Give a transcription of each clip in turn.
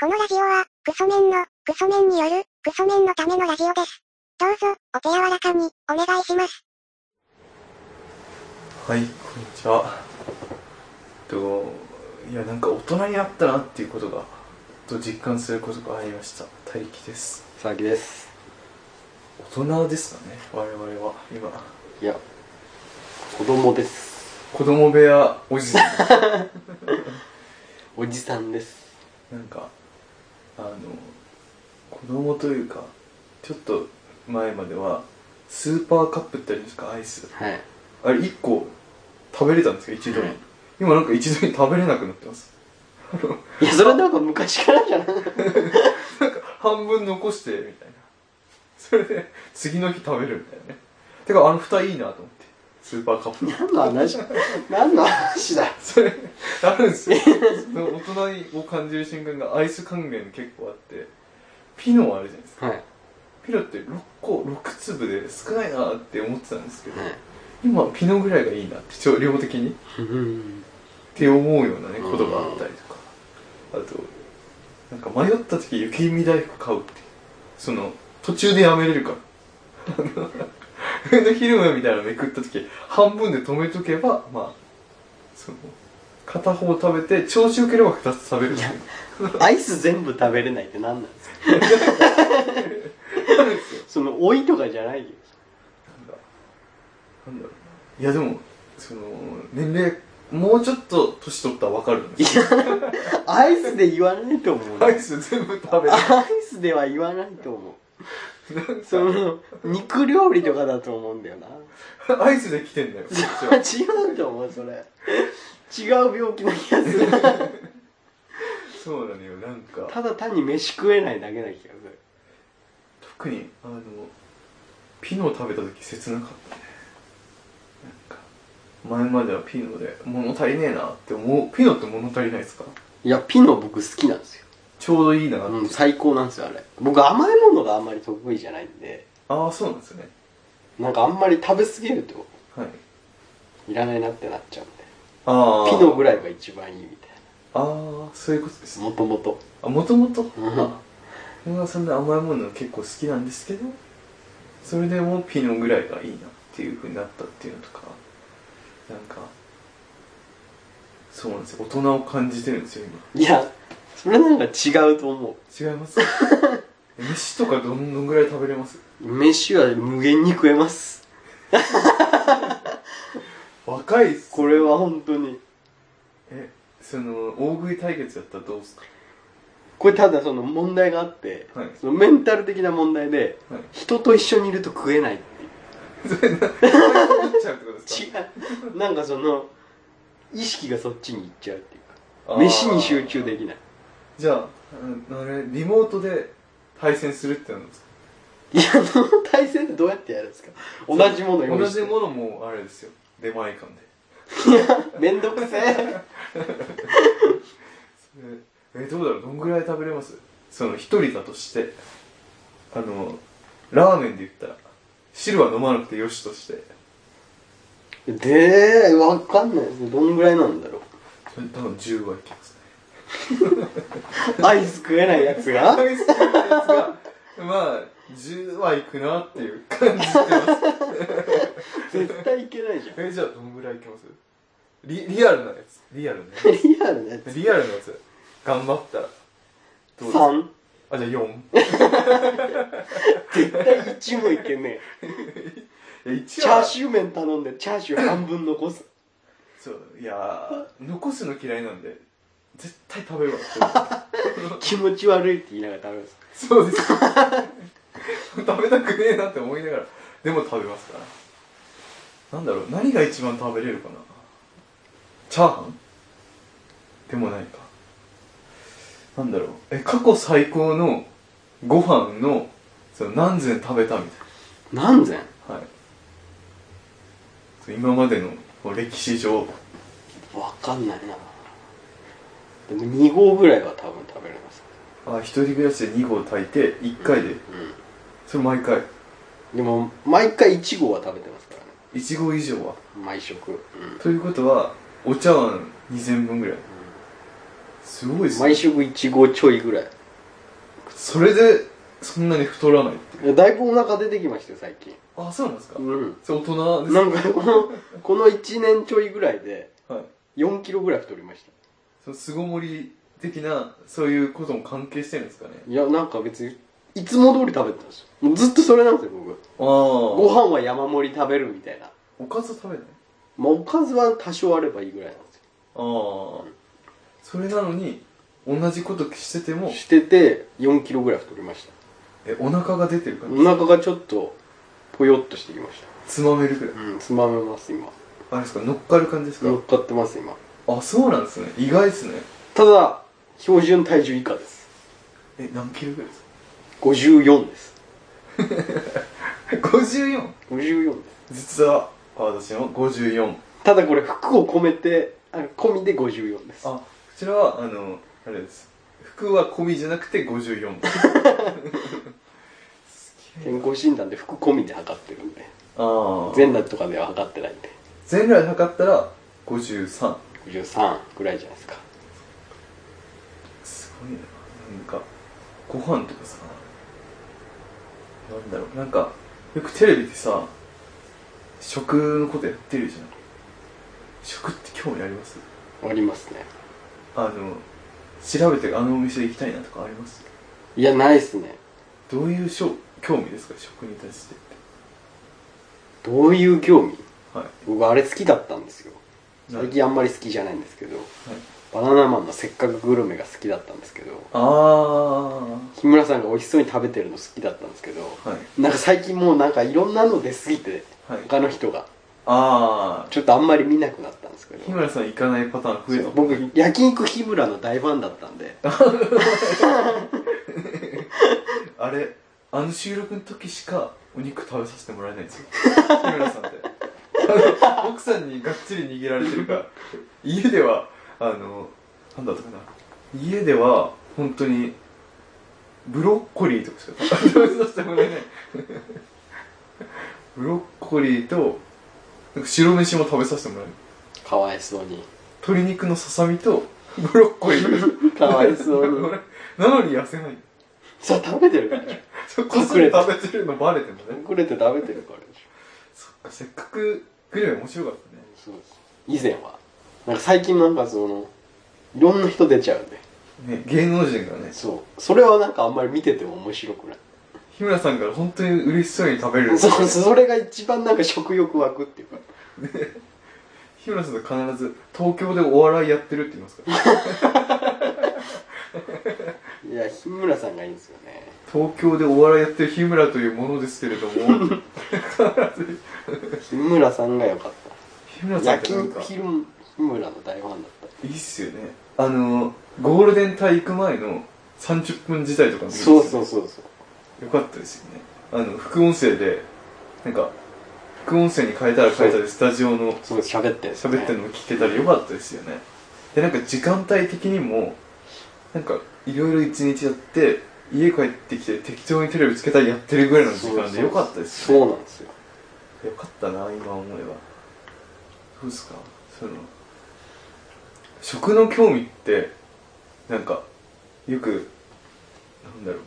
このラジオは、クソメンの、クソメンによる、クソメンのためのラジオです。どうぞ、お手柔らかに、お願いします。はい、こんにちは。と、いや、なんか大人になったなっていうことが、と実感することがありました。大力です。佐々木です大人ですかね、我々は、今。いや子供です子供部屋お じさん。おじさんですなんか、あの、子供というか、ちょっと前までは、スーパーカップってあるんですか、アイス。はいあれ、1個食べれたんですか、一度にはい。今なんか一度に食べれなくなってます。いやそれなんか昔からじゃない半分残してみたいな それで次の日食べるみたいなねてかあの蓋いいなと思ってスーパーカップ 何の話何の話だそれあるんですよその大人を感じる瞬間がアイス還元結構あってピノあるじゃないですかはいはいピノって6個6粒で少ないなって思ってたんですけど今ピノぐらいがいいなって量量的にっうんて思うようなねことがあったりとかあとなんか迷った時雪見大福買うっていうその途中でやめれるから フードフィルムみたいなのめくった時半分で止めとけばまあその片方食べて調子よければ2つ食べるっていうアイス全部食べれないって何なんですか なんですよその老いとかじゃないよなんだなんだろうないやでもその年齢もうちょっと年取ったら分かるんですよアイスで言わないと思うアなイス全部食べ るアイスでは言わないと思うその肉料理とかだと思うんだよなアイスで来てんだよこっち は違うと思うそれ違う病気な気がするそうなのよなんかただ単に飯食えないだけな気がする特にあのピノを食べた時切なかったねなんか前まではピノで物足りねえなって思うピノって物足りないですかいやピノ僕好きなんですよ、ちょうどいいなって、うん、最高なんですよあれ僕甘いものがあんまり得意じゃないんでああそうなんですねなんかあんまり食べ過ぎるとはいいらないなってなっちゃうんでああピノぐらいが一番いいみたいああそういうことですなねもともとあもともとうんあ僕はそんな甘いもの結構好きなんですけどそれでもピノぐらいがいいなっていうふうになったっていうのとかなんかそうなんですよ大人を感じてるんですよ今いやそれなんか違うと思違います 飯とかどんどんぐらい食べれますう飯は無限に食えます若いっすこれは本当にえその大食い対決やったらどうっすかこれただその問題があって、はいそのメンタル的な問題で、はい人と一緒にいると食えないっていう食べ過ぎちゃうってことです違うなんかその意識がそっちに行っちゃうっていうかか飯に集中でききないじゃああのあれリモートで対戦するってなるんですかいやあの対戦ってどうやってやるんですか同じもの用同意してじものもあれですよ出前館でめんどくせえええどうだろうどんぐらい食べれますその一人だとしてあのラーメンで言ったら汁は飲まなくてよしとしてでーわかんないですねどんぐらいなんだろう多分10はいきますねアイス食えないやつアがイスクリームのやつが、まあ、10はいくなっていう感じしてます。絶対いけないじゃんえ、じゃあどんぐらいいきますリリアルなやつ。リアルね。リアルなやつリアルなやつ。頑張ったら。どうです3あ、じゃあ 4? 絶対1もいけねいえや、1チャーは。シュー麺頼んでチャーシュー半分残すそう、いやー、残すの嫌いなんで、絶対食べるわ。気持ち悪いって言いながら食べますそうです。食べたくねえなって思いながら、でも食べますから。なんだろう、何が一番食べれるかなチャーハンでもないか。なんだろう、え、過去最高のご飯の、その何膳食べたみた何膳いな。はい。そう今までのこう歴史上、わかんないなでも2合ぐらいは多分食べれますあ、一人暮らしで2合炊いて、1回で、うそれ毎回、んでも毎回1合は食べてますからね1合以上は。毎食、うんということは、お茶碗2000分ぐらい。すごいですね毎。食1合ちょいぐらいそれでそんなに太らないっていういやだいぶお腹出てきましたよ最近あそうなんですか、うんそれ大人ですなんかこのこの1年ちょいぐらいではい4キロぐらい太りましその巣ごもり的なそういうことも関係してるんですかねたいやなんか別にいつも通り食べてたんですよもうずっとそれなんですよ僕ああごお飯は山盛り食べるみたいなかず食べないまあおかずは多少あればいいぐらいなんですよああそれなのに同じことしててもしてて4キロぐらい太りましたえお腹が出てる感じお腹がちょっとぽよっとしてきましつまめるぐらいたうんつまめます今あれですか乗っかる感じですか、乗っかってます今あそうなんですね意外ですねただ標準体重以下ですえ何キロぐらいですか54です 54 54です実は私の54ただこれ服を込めてあ込みで54ですあこちらはあのあれです服は込みじゃなくて54すげえ健康診断で服込みで測ってるんでああ全裸とかでは測ってないんで全裸で測ったら53 53ぐらいじゃないですかすごいななんかご飯とかさなんだろうなんかよくテレビでさ食のことやってるじゃん食って興味ありますありますねあの調べてあのお店行きたいなとかありますいやないっすねどういうしょ興味ですか食に対してってどういう興味はい僕あれ好きだったんですよはい最近あんまり好きじゃないんですけどバナナマンのせっかくグルメが好きだったんですけどああ日村さんが美味しそうに食べてるの好きだったんですけど、はいなんか最近もうなんかいろんなの出過ぎて、はい他の人がああちょっとあんまり見なくなったんですけど日村さん行かないパターン増えた僕焼肉日村の大ファンだったんであれあの収録の時しかお肉食べさせてもらえないんですよ日村さんって あの奥さんにがっつり握られてるから家ではあのなんだったかな家では本当にブロッコリーとかしか食べさせてもらえない ブロッコリーとなんか白飯も食べさせてもらえるかわいそうに鶏肉のささみとブロッコリーかわいそうになのに痩せない さ食べてるからでしそうこっそり食べてるのバレてもねょ遅れて食べてるからでしそっかせっかくグルメ面白かったねょそうです以前はなんか最近なんかそのいろんな人出ちゃうんでね芸能人がねそうそれはなんかあんまり見てても面白くない日村さんが本当に嬉しそうに食べるそうそれが一番なんか食欲湧くっていうか日村さんと必ず東京でお笑いやってるって言いますからいや日村さんがいいんですよね東京でお笑いやってる日村というものですけれども 必ず日村さんが良かった日村さんっ焼てなん肉かひむ日村の大ファンだっいいっすよねあのゴールデンタイ行く前の30分時代とかた見るんですそようそうそうそうよかったですよねあの副音声でなんか副音声に変えたら変えたでスタジオのそう喋ってんすね喋ってるのも聞けたらよかったですよねでなんか時間帯的にもなんかいろいろ一日やって家帰ってきて適当にテレビつけたらやってるぐらいの時間でよかったですそうよねなんですよよかったな今思えばそうですかその食の興味ってなんかよくなんだろう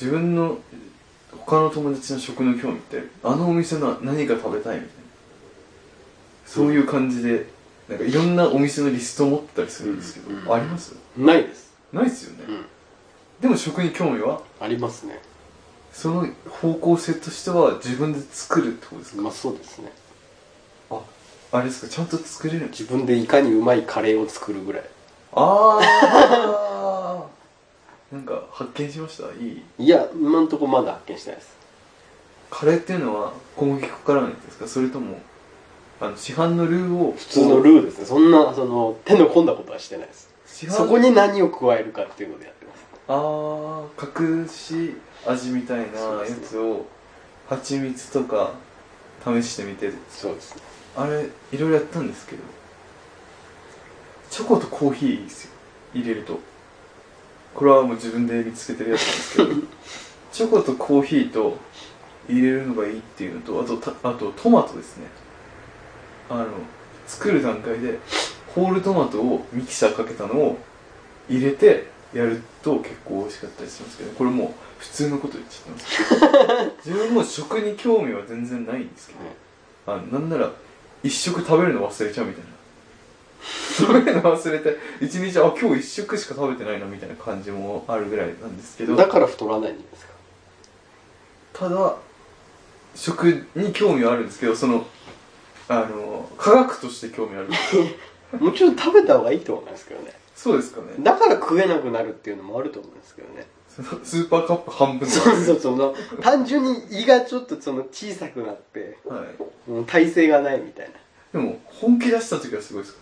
自分の他の友達の食の興味ってあのお店の何が食べたいみたいなそういう感じでなんかいろんなお店のリストを持ってたりするんですけど、うんうんありますないですないですよね、うんでも食に興味はありますねその方向性としては自分で作るってことですかまあそうですねあ、あれですか、ちゃんと作れるん自分でいかにうまいカレーを作るぐらいあー なんか発見しましたいいいや今んとこまだ発見してないですカレーっていうのは小麦粉からなんですかそれともあの市販のルーを普通のルーですねそんなその手の込んだことはしてないです市販そこに何を加えるかっていうのでやってますあー隠し味みたいなそうやですねつを蜂蜜とか試してみてそうですねあれいろいろやったんですけどチョコとコーヒーいいですよ入れるとこれはもう自分で見つけてるやつなんですけどチョコとコーヒーと入れるのがいいっていうのとあとたあとトマトですねあの作る段階でホールトマトをミキサーかけたのを入れてやると結構美味しかったりするんですけどこれもう普通のこと言っちゃってますけど自分も食に興味は全然ないんですけど、あのなんなら一食食べるの忘れちゃうみたいな食べるの忘れて一日あ今日一食しか食べてないなみたいな感じもあるぐらいなんですけどだから太らないんですかただ食に興味はあるんですけどそのあの科学として興味あるもちろん食べた方がいいと思いますけどねそうですかねだから食えなくなるっていうのもあると思うんですけどねそのスーパーカップ半分そうのそうその単純に胃がちょっとその小さくなってはい、もう体勢がないみたいなでも本気出した時はすご いですか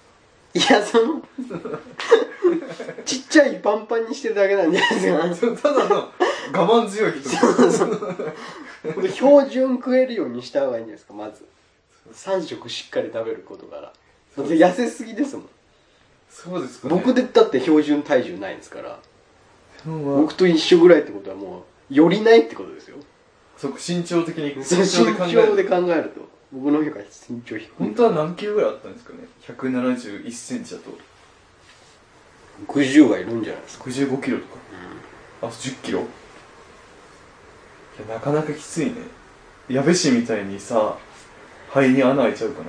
いやそ のちっちゃいパンパンにしてるだけなんじゃないでそすかのただの我慢強い人標準食えるようにした方がいいんじゃないですかまず3食しっかり食べることからだって痩せすぎですもんそうですか、ね、僕でだって標準体重ないんですから僕僕と一緒ぐらいってことはもうよりないってことですよそう身長的に身長で考えると僕の方が身長低い本当は何キロぐらいあったんですかね171センチだと60はいるんじゃないですか65キロとか、あ10キロいやなかなかきついね矢部市みたいにさ肺に穴開いちゃうかな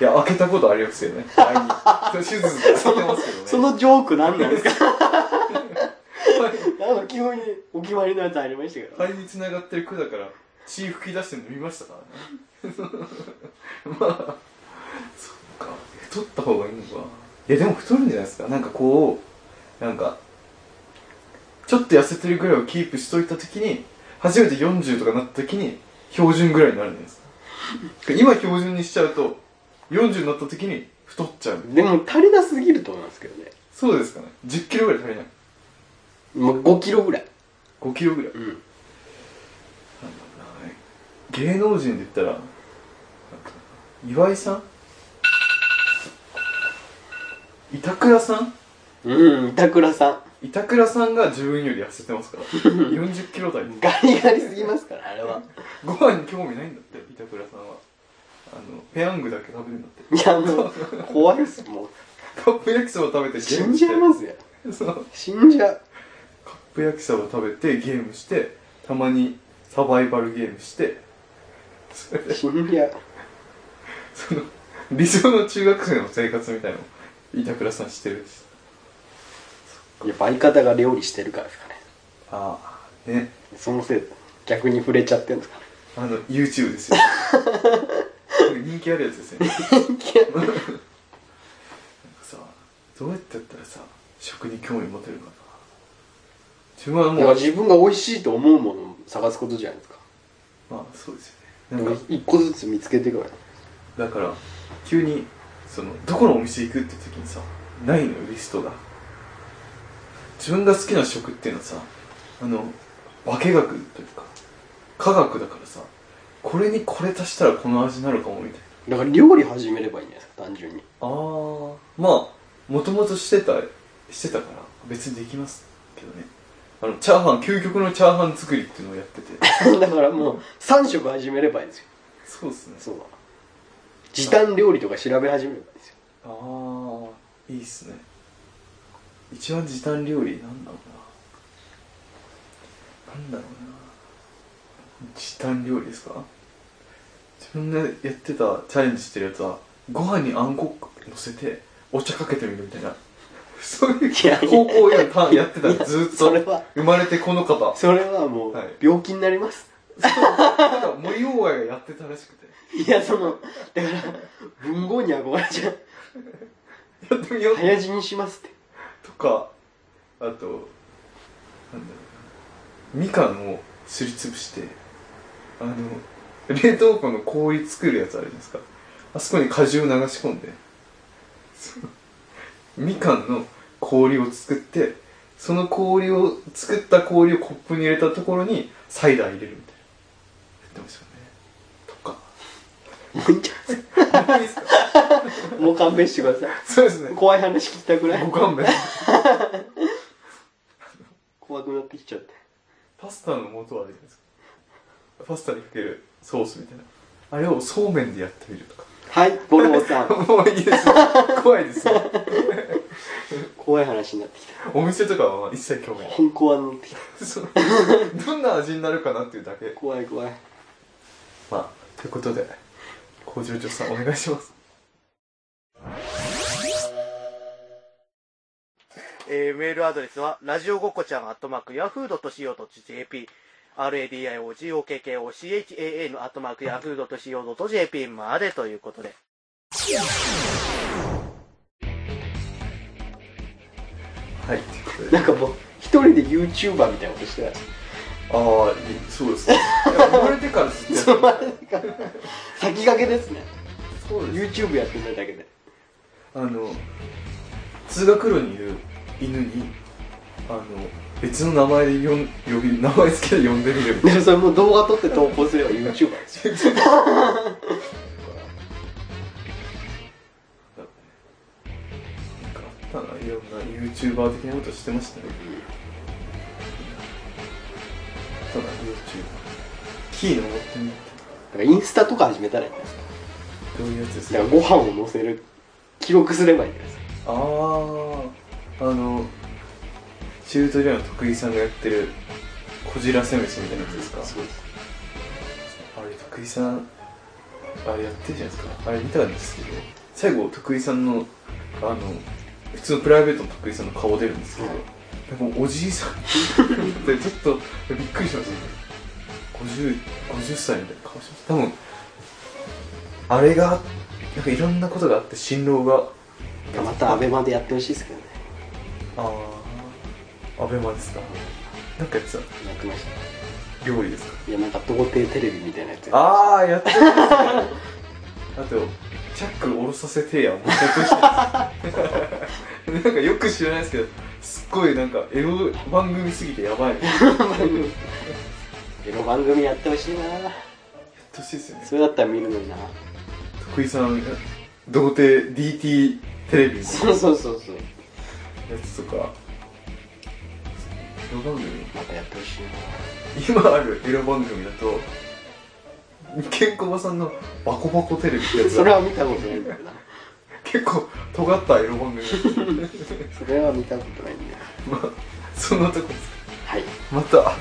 いや開けたことありますよね肺に手術で開けてますけどねそのジョーク何なんですか なんか急にお決まりのやつありましたけど肺に繋がってる管から血吹き出して飲みましたからね まあそっか太った方がいいのかいやでも太るんじゃないですかなんかこうなんかちょっと痩せてるぐらいをキープしといた時に初めて40とかなった時に標準ぐらいになるんじゃないです か今標準にしちゃうと40になった時に太っちゃうでも足りなすぎると思いますけどねそうですかね1 0キロぐらい足りないもう5キロぐらい5キロぐらいうん芸能人で言ったら岩井さん板倉さんうん板倉さ板倉さんが自分より痩せてます から40キロ台んガリガリすぎますからあれはご飯に興味ないんだって板倉さんはあのペヤングだけ食べるんだっていやもう怖いっすもうカップ焼きそば食べてゲー死んムじしゃていますよそう死んじゃうカップ焼きそば食べてゲームしてたまにサバイバルゲームしてそれで死んじゃうその理想の中学生の生活みたいなのを板倉さんしてるんですやっぱ相方が料理してるからですかねああねそのせいで逆に触れちゃってるんですかねあの YouTube です よ人気あるやつですよねなんかさどうやってやったらさ食に興味持てるかな自分はだかもらう自分が美味しいと思うものを探すことじゃないですかまあそうですよでねもなんか一個ずつ見つけていくからだから急にそのどこのお店行くって時にさないのよリストが自分が好きな食っていうのはさあの化学というか科学だからさこれにこれ足したらこの味になるかもみたいなだから料理始めればいいんじゃないですか単純に ああまあもともとしてたしてたから別にできますけどねあのチャーハン究極のチャーハン作りっていうのをやっててだからもう3食始めればいいんですよそうですねそう時短料理とか調べ始めればいいんですよああいいっすね一番時短料理なんだろうななんだろうな時短料理ですか自分がやってたチャレンジしてるやつはご飯にあんこ乗せてお茶かけてみるみたいなそういういやいや高校やたやってたのずーっとそれは生まれてこの方それはもうはい病気になります、なんか森鴎外がやってたらし くてい、やそのだから文豪に憧れちゃうやってみよう早死にしますってとかあとなんだろうみかんをすりつぶしてあの冷凍庫の氷作るやつあるじゃないですかあそこに果汁流し込んでそのみかんの氷を作ってその氷を作った氷をコップに入れたところにサイダー入れるみたいなやってましたねとかもういいんじゃな本当いですにいいっすかかもう勘弁してくださいそうですね怖い話聞きたくないご勘弁怖くなってきちゃってパスタの素はあるじゃないですかパスタにかけるソースみたいなあれをそうめんでやってみるとかはいボルボさんもういいです怖いですよ怖い話になってきたお店とかは一切興味ない本怖になってきたそうどんな味になるかなっていうだけ怖い怖いまあということで工場長さんお願いしますえーメールアドレスは、ラジオごこちゃん、アットマーク、ヤフードとしようと JP、radiogokkoCHAN、アットマーク、ヤフードとしようと JP までということで。はいということでなんかもう一人で YouTuber みたいなことしてないああそうですねいや生まれてからずっとやってそるうまあなんか先駆けですねそうです YouTube やってないだけであの通学路にいる犬にあの別の名前で呼ん呼び名前付けで呼んでみるみたいでもそれもう動画撮って投稿すれば YouTuber ですよななんかあったないろんな YouTuber 的なことしてましたねただ YouTuber キーの持ってみるだからインスタとか始めたらいいんじゃないですかってどういうやつですだかからご飯を載せる記録すればいいんじゃないですかあーあのチュートリアルの徳井さんがやってるこじらせ飯みたいなやつですかそうですあれ徳井さんあれやってるじゃないですかあれ見たんですけど最後徳井さんのあの普通のプライベートの徳井さんの顔出るんですけど、はなんかもうおじいさんってちょっとびっくりしましたね 50, 50歳みたいな顔しました多分あれがなんかいろんなことがあって新郎がまたアベマでやってほしいですけどねああアベマですかなんかやってやってましたた料理ですかいやなんか童貞テレビみたいなやつやああやってますねあとチャック下ろさせてやもうやってましたなんかよく知らないですけどすっごいなんかエロ番組すぎてやばい やっエロ番組やってほしいなてほしいですよねそれだったら見るのにな徳井さん童貞 DT テレビみたいそうそうそうそうなやつとかエロ番組またやってほしいな今あるエロ番組だとケンコバさんのバコバコテレビってやつそれは見たことないんだけどな結構尖ったエロ番組それは見たことないんだよまあそんなとこですはいまた